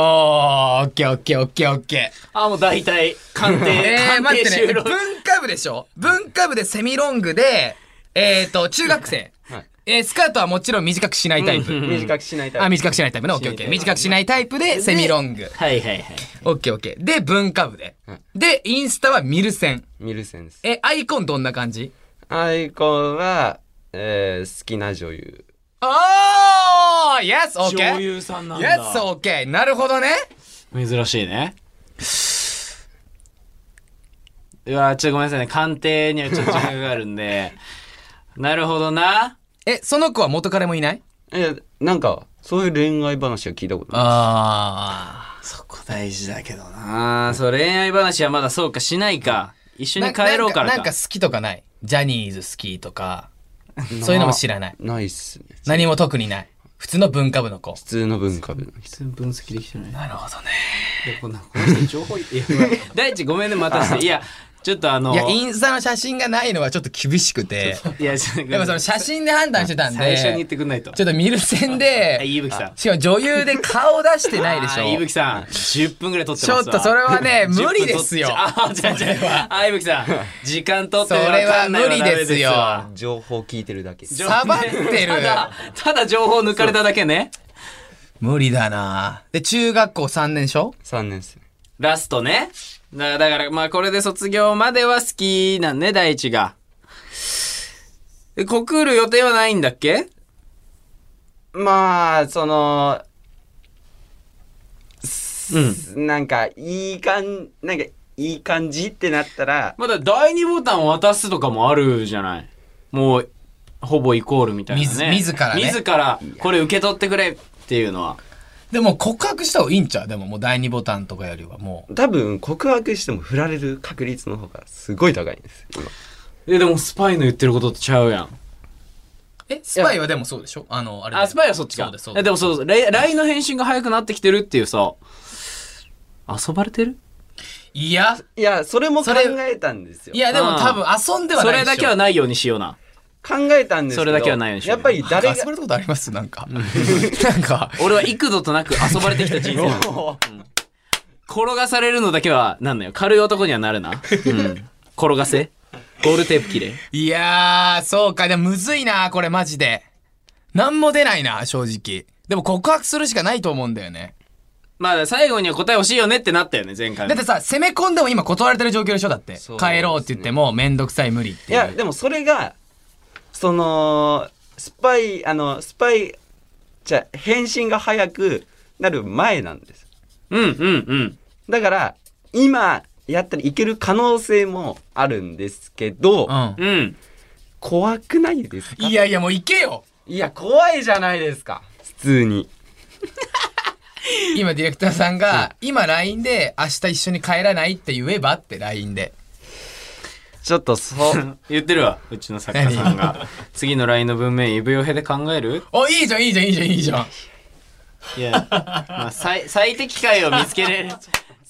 C: ー、オッケーオッケーオッケーオッケー。
B: あ、もう大体、鑑定、
C: えー、
B: 鑑
C: 待っ
B: 定
C: て
B: 終
C: ね。
B: 了。
C: 文化部でしょ文化部でセミロングで、えっと、中学生
D: はい。
C: えー、スカートはもちろん短くしないタイプ。
D: ろ。短くしないタ
C: あ、
D: イプ。
C: 短くしないタイプね。オッケーオッケー。短くしないタイプで、セミロング。
B: はいはいはい。
C: オッケーオッケー。で、文化部で
D: うん。
C: で、インスタは見る線。
D: 見る線です。
C: え、アイコンどんな感じ
D: アイコンは、えー、好きな女優。
C: あー !Yes! オッケ
B: 女
C: ー
B: 優さんなんだ。
C: !Yes! オッケーなるほどね
B: 珍しいね。うわちょっとごめんなさいね。鑑定にはちょっと時間がかかるん で。なるほどな。
C: え、その子は元彼もいない
D: え、なんか、そういう恋愛話は聞いたことない。
C: あ
B: そこ大事だけどなそう、恋愛話はまだそうかしないか。一緒に帰ろうから
C: なんか
B: か。
C: 好きとかないジャニーズ好きと かそういうのも知らない
D: ないっすね。
C: 何も特にない普通の文化部の子
D: 普通の文化部の人。
B: 分析できてない。
C: なるほどね
B: こんな、この人情報、いや、 大地ごめんね、待たせて。いや、ちょっとあの、
C: いやインスタの写真がないのはちょっと厳しく て
B: いや、ちょっと
C: やっぱその写真で判断してたんで
B: 最初に言ってくんないと。
C: ちょっと見る線
B: あ
C: で
B: いぶきさん。
C: しかも女優で顔出してないでし
B: あ
C: ょ
B: ーいぶきさん、10分ぐらい撮って
C: ち
B: ます
C: ょ
B: わ
C: っとそれは ね無理ですよ
B: あ、じゃじゃあ、いぶきさん、時間取って
C: それは無理ですよ
D: 情報聞いてるだけ。
C: サボってる
B: ただ、ただ情報抜かれただけね。
C: 無理だなで中学校3年でしょ
D: 3年生。
B: ラストね。だだから、まあこれで卒業までは好きなんね、第一が。え告る予定はないんだっけ
D: まあ、その、
B: うん。
D: なんか、いい感、なんか、いい感じってなったら、
B: まだ第二ボタンを渡すとかもあるじゃない。もう、ほぼイコールみたいなね。
C: 自自らね
B: 自ら、これ受け取ってくれっていうのは。
C: でも告白した方がいいんちゃうでももう第2ボタンとかよりはもう
D: 多分、告白しても振られる確率の方がすごい高いんです。今
B: え、でもスパイの言ってることとちゃうやん。
C: えスパイはでもそうでしょあのあれ
B: あ、スパイはそっちか。
C: そうですそう
B: え、でもそうそう、ラ LINE の返信が早くなってきてるっていうさ、遊ばれてる
C: いや
D: いや、それも
C: そ
D: 考
C: れ
D: えたんですよ
C: い。やでも多分遊んでは
B: そ
C: ないでしょ
B: れだけはないようにしような。
D: 考えたんですけど、
B: それだけはないようにしよ
D: や
B: う
D: っぱり誰
C: なんか遊
D: が
C: ば、れたことありますなんか なんか
B: 俺は幾度となく遊ばれてきた人生なのうん転がされるのだけはなんのよ軽い男にはなるな、うん、転がせゴールテープ切れ
C: いやーそうかでもむずいなこれマジでなんも出ないな正直でも告白するしかないと思うんだよね
B: まあ最後には答え欲しいよねってなったよね前回
C: だ
B: も
C: ってさ攻め込んでも今断られてる状況でしょだって、
D: そうですね
C: 帰ろうって言ってもめんどくさい無理って
D: い
C: いう
D: や、でもそれが、その、スパイ、あの、スパイ、じゃあ返信が早くなる前なんです。
B: うんうんうん
D: だから、今、やったらいける可能性もあるんですけど、
C: うん
B: うん
D: 怖くないですか
C: いやいやもう行けよ
D: いや、怖いじゃないですか。普通に。
C: 今ディレクターさんが、今 LINE で明日一緒に帰らないって言えばって LINE で。
D: ちょっとそう。
B: 言ってるわうちの作家さんが次の LINE の文面イブヨヘで考える
C: お、いいじゃん、いいじゃん、いいじゃん、いいじ ゃん。
B: いや、まあ、最最適解を見つけれる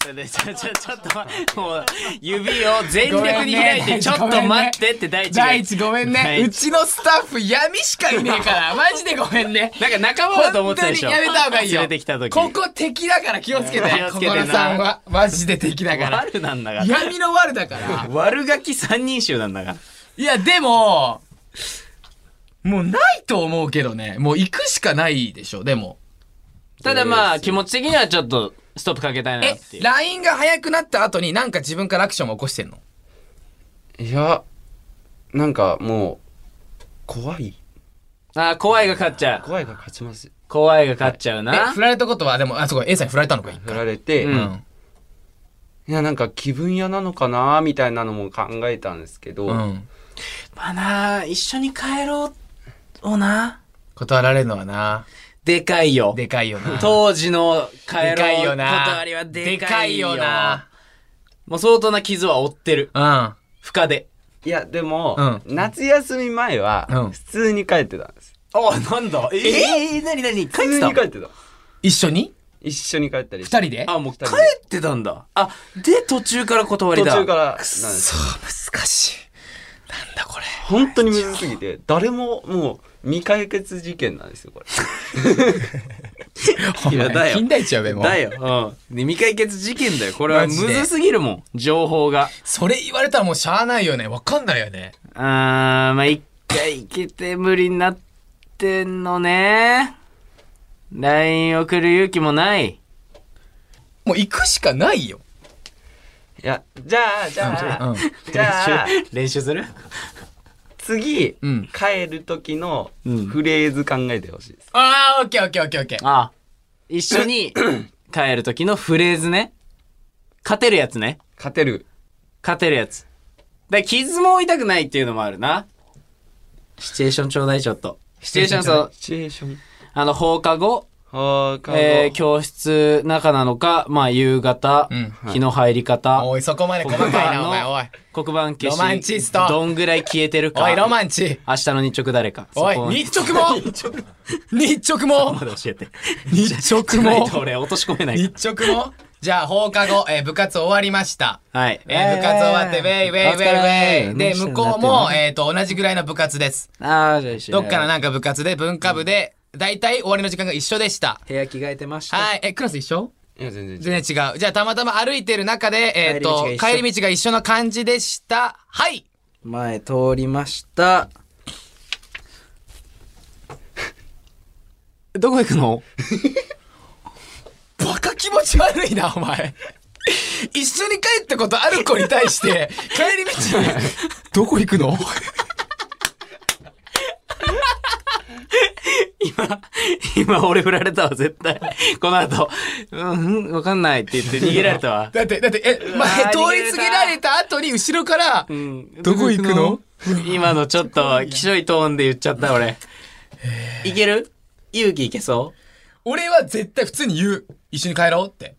B: それでちょちょちょっと待ってもう指を全力に開いて、ちょっと待ってって大地が
C: 第一ごめん
B: は
C: ね。
B: いう
C: ちのスタッフ闇しかいねえ から、マジでごめんね。
B: なんか仲間だと思ってたでしょ
C: 本当にやめた方がいいよ。
B: 連れてきた時
C: ここ敵だから気をつけて。
B: 気をつけてな
C: 心さんは、マジで敵だから。
B: 悪なんだから
C: 闇の悪だから。
B: 悪ガキ三人衆なんだから
C: いや、でも、もうないと思うけどね。もう行くしかないでしょ、でも。
B: ただまあ、気持ち的にはちょっと、ストップかけたいな
C: え
B: って、いう。
C: LINE が早くなった後になんか自分からアクションも起こしてんの
D: いや、なんかもう、怖い。
B: あー、怖いが勝っちゃう。
D: 怖いが勝ちますよ。
B: 怖いが勝っちゃうな。
C: え、振られたことは、でも、あ、そうか、A さんに振られたのか、一
D: 振
C: 回。
D: られて、
B: う
C: うんん。
D: いや、なんか気分屋なのかなみたいなのも考えたんですけど、
C: うん。
B: まあな、一緒に帰ろう、をな。
C: 断られるのはな、
B: でかいよ。
C: でかいよな。
B: 当時の帰
C: でかい
B: ろ
C: よ
B: う
C: な。
B: 断りはで
C: で
B: か
C: か
B: い
C: い
B: よ。
C: よな。
B: もう相当な傷は負ってる。
C: うん。
B: 深で。
D: いや、でも、
C: う
D: 夏休み前
C: う
D: は
C: ん、
D: 普通に帰ってたんです。
B: あ、なんだ。えー、えなになに帰っ
D: 普
B: て
D: 通
B: た
D: に帰ってた。
C: 一緒に
D: 一緒に帰ったりして
C: 二人で
B: あ、もう帰
D: 人で
B: ってたんだ。あ、で、途中から断り
D: 途
B: だ。
D: 中からなんです。
C: そう、難しい。なんだこれ。
D: 本当にむずすぎて、誰ももう未解決事件なんですよ、 これ。
C: お前
B: やだよ
C: 金田一やべ、もう。
B: だよ。うん。で未解決事件だよ。これは
C: マ
B: む
C: ジで
B: ずすぎるもん。情報が。
C: それ言われたらもうしゃあないよね。わかんないよね。
B: あー、まあ、一回行けて無理になってんのね。LINE 送る勇気もない。
C: もう行くしかないよ。
D: いや、じゃあ、じゃ
C: う
D: あ
C: ん、。
D: じゃあ、
B: 練習する
D: 次、
C: うん
D: 帰る時の
B: うん
D: フレーズ考えてほしいです。
C: あー、オッケーオッケーオッケーオッケー。
B: ああ一緒 に帰る時のフレーズね。勝てるやつね。
D: 勝てる。
B: 勝てるやつ。だ傷も負いたくないっていうのもあるな。シチュエーションちょうだい、ちょっと。シチュエーション、そう。
D: シチュエーション。
B: あの、放課後、
D: 放課後
B: えー教室中なのか、まあ、夕方、日の入り方、
C: おい、そこまで細かいな、お前、おい。
B: 黒板消し、
C: ロマンチスト
B: どんぐらい消えてるか、
C: おい、ロマ
B: ン
C: ンチ。
B: 明日の日直誰か、
C: お
B: そこを
C: い、日直も日直も
B: まで教え て。
C: 日直
B: ない
C: も
B: と俺落とし込めないか
C: 日直もじゃあ、放課後、えー部活終わりました。
B: ら。はい。
C: えー部活終わって、ウェイウェイウェイウェイ。で、
B: お疲れ
C: 向こうも、えっと、同じぐらいの部活です。
B: ああ、じゃあ一緒
C: どっかのなんか部活で、文化部で、だいたい終わりの時間が一緒でした。
B: 部屋着替えてました。
C: はい。え、クラス一緒
D: いや全然違う
C: 全然違う。じゃあ、たまたま歩いてる中で、えっと、
B: 帰
C: 帰り道が一緒の感じでした。はい
B: 前通り ました。どこ行くの
C: バカ気持ち悪いな、お前。一緒に帰ったことある子に対して、帰り道に、どこ行くの
B: 今 俺振られたわ、絶対。この後、うん、うんわかんないって言って逃げられたわ。
C: だって、だって、え、前
B: あー
C: 通り過ぎられた後に後ろから、どこ行くの
B: 今のちょっと、きしょいトーンで言っちゃった、俺。いける勇気いけそう
C: 俺は絶対普通に言う。一緒に帰ろうって。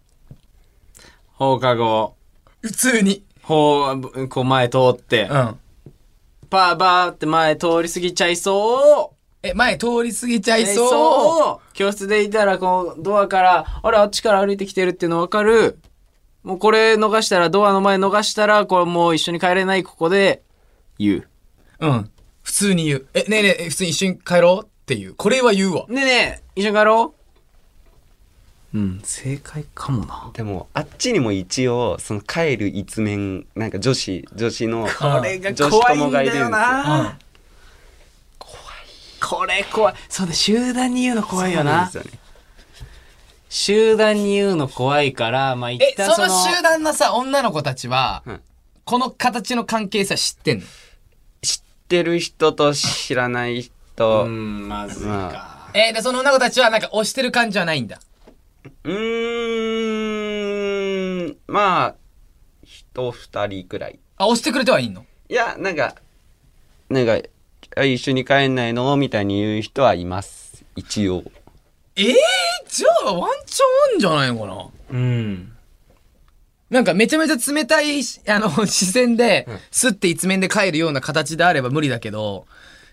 B: 放課後、
C: 普通に。
B: ほう、こう前通って、
C: うん。
B: パーバーって前通り過ぎちゃいそう。
C: え、前通り過ぎちゃい
B: え
C: そう。
B: う教室でいたらこうドアからあれあっちから歩いてきてるっていうの分かるもうこれ逃したらドアの前逃したらこれもう一緒に帰れないここで言
C: うん。普通に言う。え、ねえねええ、普通に一緒に帰ろうっていう。これは言うわ
B: う。ねえねえ一緒に帰ろううん正解かもな
D: でもあっちにも一応その帰る一面なんか女子女子の
C: これ
D: 女子友がいるんですよ
B: な怖いこれ怖いそうだ集団に言うの怖いよな
D: そうなんですよね
B: 集団に言うの怖いからまあ一
C: え、
B: 旦
C: そ
B: その
C: の集団のさ、女の子たちは、
D: ん
C: この形の関係さ知ってんの
D: 知ってる人と知らない人
B: うんまずいか
C: えーで、その女の子たちはなんか押してる感じはないんだ。
D: うーんまあ人二人くらい
C: あ、押してくれてはいいの
D: いやなんかなんかあ一緒に帰んないのみたいに言う人はいます一応
C: ええじゃあワンチャンあんじゃないのかな
B: うん
C: なんかめちゃめちゃ冷たいし、あの、視線で、スッて一面で帰るような形であれば無理だけど、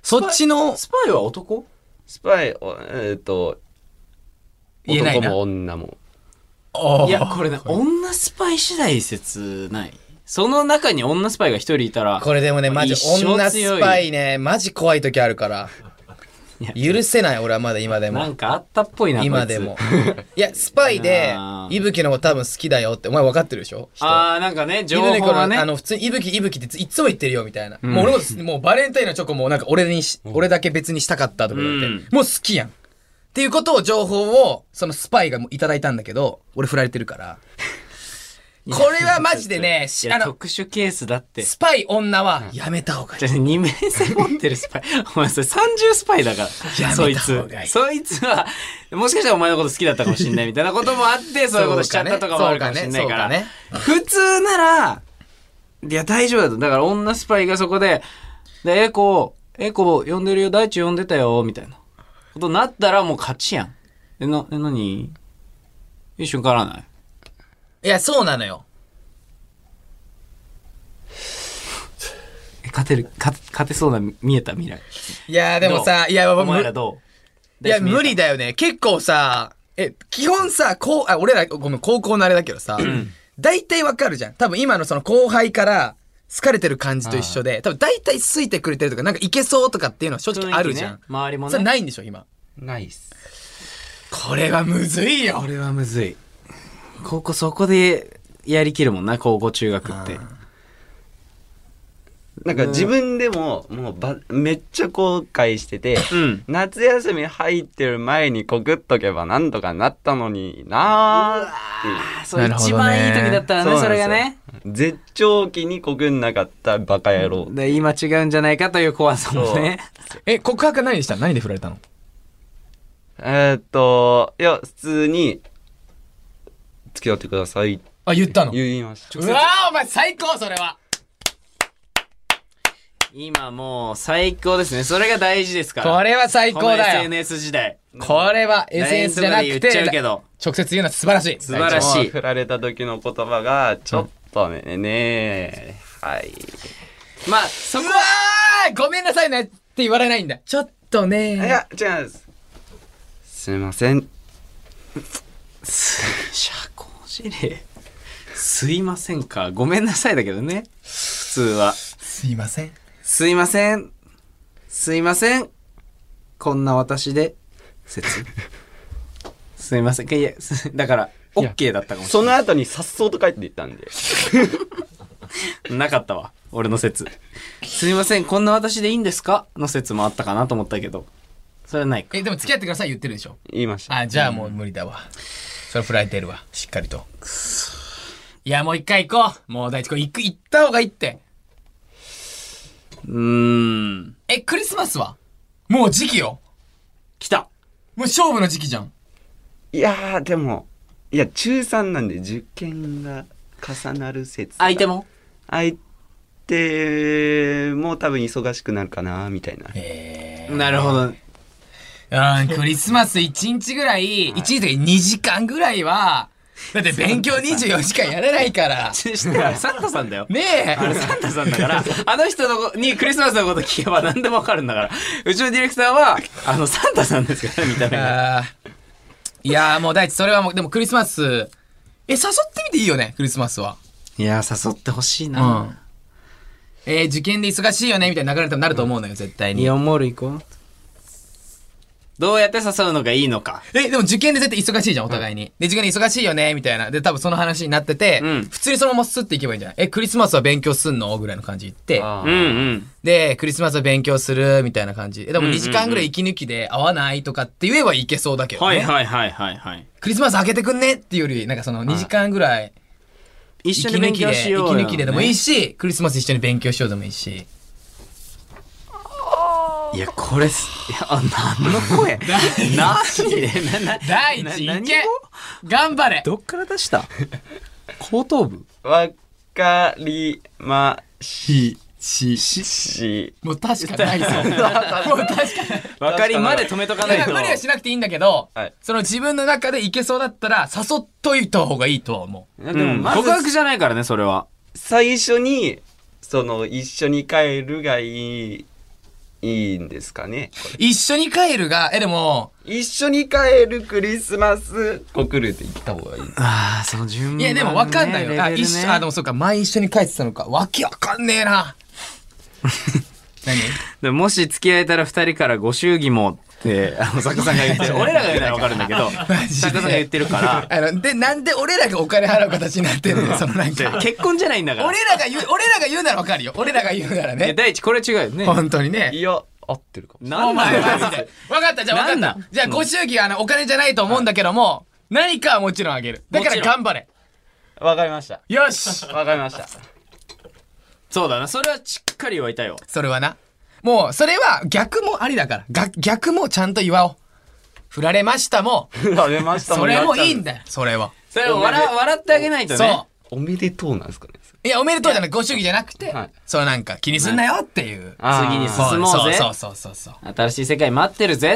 C: そっちの、
B: スパイは男
D: スパイおえっ、と
C: 言えない
D: 男
C: な
D: も女も
B: いや、
C: あ
B: これね、女スパイ次第説ない。その中に女スパイが一人いたら、
C: これでもね、マジ
B: 一生強い
C: 女スパイね、マジ怖い時あるから。許せない、俺はまだ今で
B: な
C: も。
B: んかあったっぽいな、こ
C: 今
B: いつ
C: でも。。いや、スパイで
B: あ、ー
C: いぶきのこと多分好きだよって、お前分かってるでしょ人
B: あー、なんかね、情報
C: いぶきの
B: がね
C: あ。の、普通にいぶきいぶきっていつも言ってるよみたいな。もう俺も、もうバレンタインのチョコもなんか俺にし、俺だけ別にしたかったとか言って、
B: うん
C: もう好きやん。っていうことを情報を、そのスパイがもういただいたんだけど、俺振られてる から。これはマジでね、
B: い
C: しあ
B: や、
C: の、
B: 特殊ケースだって。
C: スパイ女はやめた方がいい
B: じゃ。あ二面性持ってるスパイ。 お前それ30スパイだか
C: や
B: ら。
C: めた
B: そい
C: 方
B: つ
C: がいい。
B: そいつは、もしかしたらお前のこと好きだったかもしれないみたいなこともあって、そういうことしちゃったとかもあるかもしれないから。
C: そうかね
B: 普通なら、いや、大丈夫だと。だから女スパイがそこで、で、エコ、エコ呼んでるよ、大地呼んでたよ、みたいなことになったらもう勝ちやん。え、な、え、何一瞬からない
C: いや、そうなのよ。
B: え、勝てる、勝て、勝てそうな見えた未来。
C: いや、でもさ、いや、
B: お前
C: む
B: らどう
C: いや、無理だよね。結構さ、え、基本さ、こう、あ、俺ら、ごめん、高校のあれだけどさ、大体わかるじゃん。多分今のその後輩から、好かれてる感じと一緒で、多分大体好いてくれてるとか、なんかいけそうとかっていうのは正直あるじゃん。
B: 雰囲気ね周りもね
C: それないんでしょ、今。
D: ないっす
C: これはむずいよ
B: こ。れはむずい高校そこでやりきるもんな高校中学って
D: なんか自分でももうばめっちゃ後悔してて、
B: ん
D: 夏休み入ってる前に告っとけばなんとかなったのになーって
B: そう
C: なるほどね
B: 一番いい時だったらね
D: う
B: それがね
D: そうなんですよ絶頂期に告んなかったバカ野郎、
B: で今違うんじゃないかという怖さもね
C: え、告白は何でした何で振られたの
D: えー、っといや普通に付き合ってくださいって
C: あ、言ったの
D: 言いました
C: うわーお前最高、それは。
B: 今もう最高ですね。それが大事ですから。
C: これは最高
B: この
C: だよ。
B: SNS 時代。
C: これは SNS じゃな
B: LINE
C: く
B: とかで言っちゃう
C: て
B: け、ど。
C: 直接言うのは素晴らしい。
B: 素晴らしい。
D: 振られた時の言葉が、ちょっとね、ねはい。
B: まあ、そこ
C: うわ
B: は、
C: ーごめんなさいねって言われないんだ。ちょっとね
D: いや、違うんです。すいません。
B: 社交辞令。すいませんか。ごめんなさいだけどね。普通は。
C: すいません。
B: すいません。すいません。こんな私で、説。すいません。いや、すだから、OK だったかもし
D: その後に颯爽と帰っていったんで。
B: れない。なかったわ。俺の説。すいません。こんな私でいいんですかの説もあったかなと思ったけど。それはないか。
C: え、でも付き合ってください言ってるでしょ。
D: 言いました。
C: あ、じゃあもう無理だわ。それ振られてるわ。しっかりと。いや、もう一回行こう。もう大地君、行く、行った方がいいって。
B: うーん。
C: え、クリスマスはもう時期よ。
B: 来た。
C: もう勝負の時期じゃん。
D: いやー、でも、いや、中3なんで受験が重なる説。
B: 相手も
D: 相手も多分忙しくなるかな、みたいな。
B: なるほど。
C: うん、クリスマス1日ぐらい、1日で2時間ぐらいは、だって勉強24時間やれないから。
B: してあれサンタさんだよ。
C: ね
B: あれ
C: え。
B: サンタさんだから、あの人のこにクリスマスのこと聞けば何でもわかるんだから。うちのディレクターは、あの、サンタさんですから、見た目が。
C: あーいやーもう大地、それはもう、でもクリスマス、え、誘ってみていいよね、クリスマスは。
B: いやー、誘ってほしい
C: うん。えー受験で忙しいよね、みたいな流れになると思うのよ、絶対に。
B: オンモール行こう。どうやって誘うのがいいのか。
C: え、でも受験で絶対忙しいじゃん、お互いに。で、受験で忙しいよね、みたいな。で、多分その話になってて、
B: うん
C: 普通にそのままスッていけばいいんじゃないえ、クリスマスは勉強すんのぐらいの感じで言って、
D: あ
B: うんうん。
C: で、クリスマスは勉強する、みたいな感じ。え、でも2時間ぐらい息抜きで会わないとかって言えばいけそうだけどね。
B: はいはいはいはいはい。
C: クリスマス開けてくんねっていうより、なんかその2時間ぐらい、
B: 一
C: 息
B: 緒に
C: 抜
B: 勉
C: き
B: 強
C: で、
B: し
C: 息
B: ようよ、
C: 抜きででもいいし、クリスマス一緒に勉強しようでもいいし。
B: いや、これす、いや、あ何の声何でなな
C: 第一
B: な
C: い
B: 何
C: け
B: 語
C: 頑張れ
B: どっから出した後頭部
D: わかりまし、し、し、
C: もう確か ないぞ。もう確かない。
B: わかりまで止めとか
C: い
B: ない
C: や
B: と。
C: 無理はしなくていいんだけど、
D: はい
C: その自分の中でいけそうだったら誘っといた方がいいとは思う。
D: で
B: う
D: も、
B: ん、
D: ま
B: 告白
D: ず、
B: じゃないからね、それは。
D: 最初に、その、一緒に帰るがいい、いいんですかね。
C: 一緒に帰るが、え、でも、
D: 一緒に帰るクリスマス、告るって言った方がいい。
B: ああ、その順番、
C: いやでも分かんないよ。あ、一緒、あ、でもそうか、前一緒に帰ってたのか。わけわかんねえ な。何
B: でもし付き合えたら二人からご祝儀も って、あの、作家さんが言ってる。俺らが言うならわかるんだけ ど、
C: マジで
B: 作家さんが言ってる から、
C: あの、で、なんで俺らがお金払う形になってんのよ、そのなんか。
B: 結婚じゃないんだから。
C: 俺らが言う、俺らが言うならわかるよ。俺らが言うなら
B: え
C: ね。
B: 第一、これ違うよね。
C: 本当にね。
D: いや、合ってるかも。
B: なん
C: マジで。
B: だ
C: 分かった、じゃあ分か
B: な
C: っ
B: ん
C: た
B: だ。
C: じゃあ、ご祝儀はあのお金じゃないと思うんだけども、何かはもちろんあげる。だか
B: も
C: ら
B: ちろん
C: 頑張れ。
D: わかりました。
C: よし
D: わかりました。
B: そうだな。それはしっかり言われたいわ。
C: それはな。もう、それは逆もありだから。が逆もちゃんと祝おう。振られましたも、
D: 振られました
C: それもいいん
D: だ。
C: だよ、それは。
B: それを笑笑ってあげないとね。
C: そう。
D: おめでとうなんですかね。
C: いや、おめでとうじゃない、ご祝儀じゃなくて、
D: はい
C: そのなんか気にすんなよっていう。
D: あー
B: 次に進もうぜ。
C: そうそうそうそう。
B: 新しい世界待ってるぜ。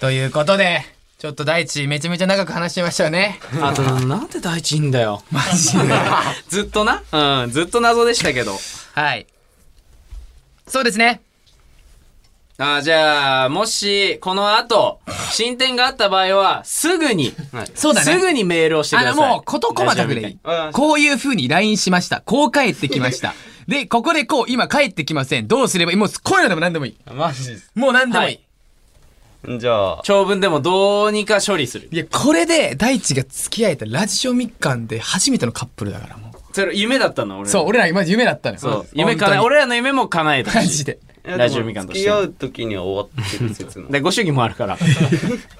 C: ということで、ちょっと大地めちゃめちゃ長く話してましたよね。
B: あと、なんで第一いいんだよ。
C: マジで。
B: ずっとな。うん、ずっと謎でしたけど。
C: はい。そうですね。
B: あーじゃあ、もし、この後、進展があった場合は、すぐに、
C: そうだね
B: すぐにメールをしてく
C: あ
B: だ
C: の、
B: さい。
C: もう、事細かくでいい。こういう風に LINE しました。こう帰ってきました。で、ここでこう、今帰ってきません。どうすればいいもう、こういうのでも何でもいい。
D: マジです。
C: もう何でもいい。
B: はいい、
D: じゃあ、
B: 長文でもどうにか処理する。
C: や、これで、大地が付き合えたラジオ密館で初めてのカップルだから、もう。
B: それ、夢だったの、俺ら。
C: そう、俺ら今夢だったのよ。
B: そう。夢叶え、
C: な
B: 俺らの夢も叶えた
C: マ
B: し
C: ジで。
B: ラジオみかんと
D: 付
B: し
D: き
B: て
D: 合
B: も。
D: う時には終わってる説の。
B: で、ご祝儀もある から。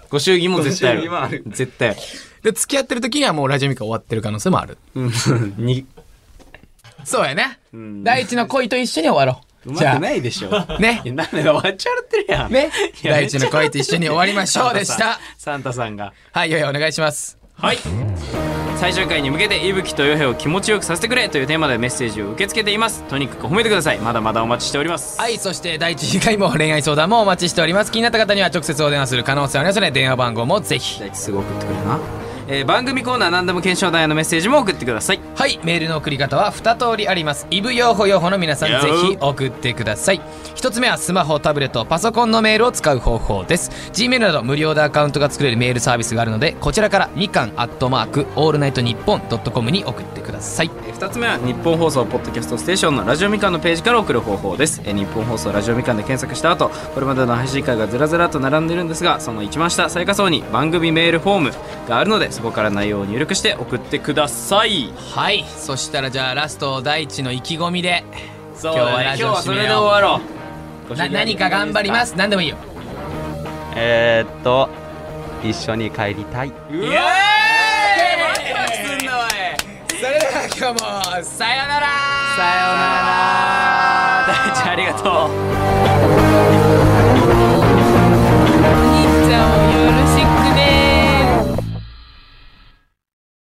B: ご祝儀も絶対あ
D: ご祝儀もある
B: る。絶対ある。
C: で、付き合ってる時にはもうラジオミカ終わってる可能性もある。
B: うん に、
C: そうやね。
B: ん
C: 第一の恋と一緒に終わろ
B: う
C: う。
B: ま
C: じゃ
B: く
C: あ、
B: ないでしょ。ね。
C: ね。
B: なんで終わっちゃってるやん。
C: ね。
B: いや
C: 第一の恋と一緒に終わりましょうでした。
B: サンタさんが。
C: はい、よいお願いします。
B: はい。最終回に向けていぶきとよへを気持ちよくさせてくれというテーマでメッセージを受け付けていますとにかく褒めてくださいまだまだお待ちしております
C: はい、そして第1回も恋愛相談もお待ちしております。気になった方には直接お電話する可能性ありますので、電話番号もぜひ。
B: 大地すぐ送ってくれな、えー番組コーナー何でも検証団へのメッセージも送ってください
C: はい、メールの送り方は2通りあります。イブ用法用法の皆さん、
B: や
C: ぜ
B: う
C: ひ送ってください。1つ目はスマホ、タブレット、パソコンのメールを使う方法です。Gmail など無料でアカウントが作れるメールサービスがあるので、こちらからみかんアットマークオールナイトニッポンドットコムに送ってください。
B: えー二つ目は日本放送ポッドキャストステーションのラジオみかんのページから送る方法ですえー日本放送ラジオみかんで検索した後これまでの配信会がずらずらっと並んでいるんですがその一番下最下層に番組メールフォームがあるのでそこから内容を入力して送ってください
C: はい、そしたらじゃあラスト第一の意気込みで、
B: そう
C: だね
B: 今日はそれで終わろう
C: な何か頑張りますす。何でもいいよ。
D: えー、っと一緒に帰りたいう
B: わーワクワクすんな わい
C: それでは今日もさよなら
B: さようなら大地ありがとう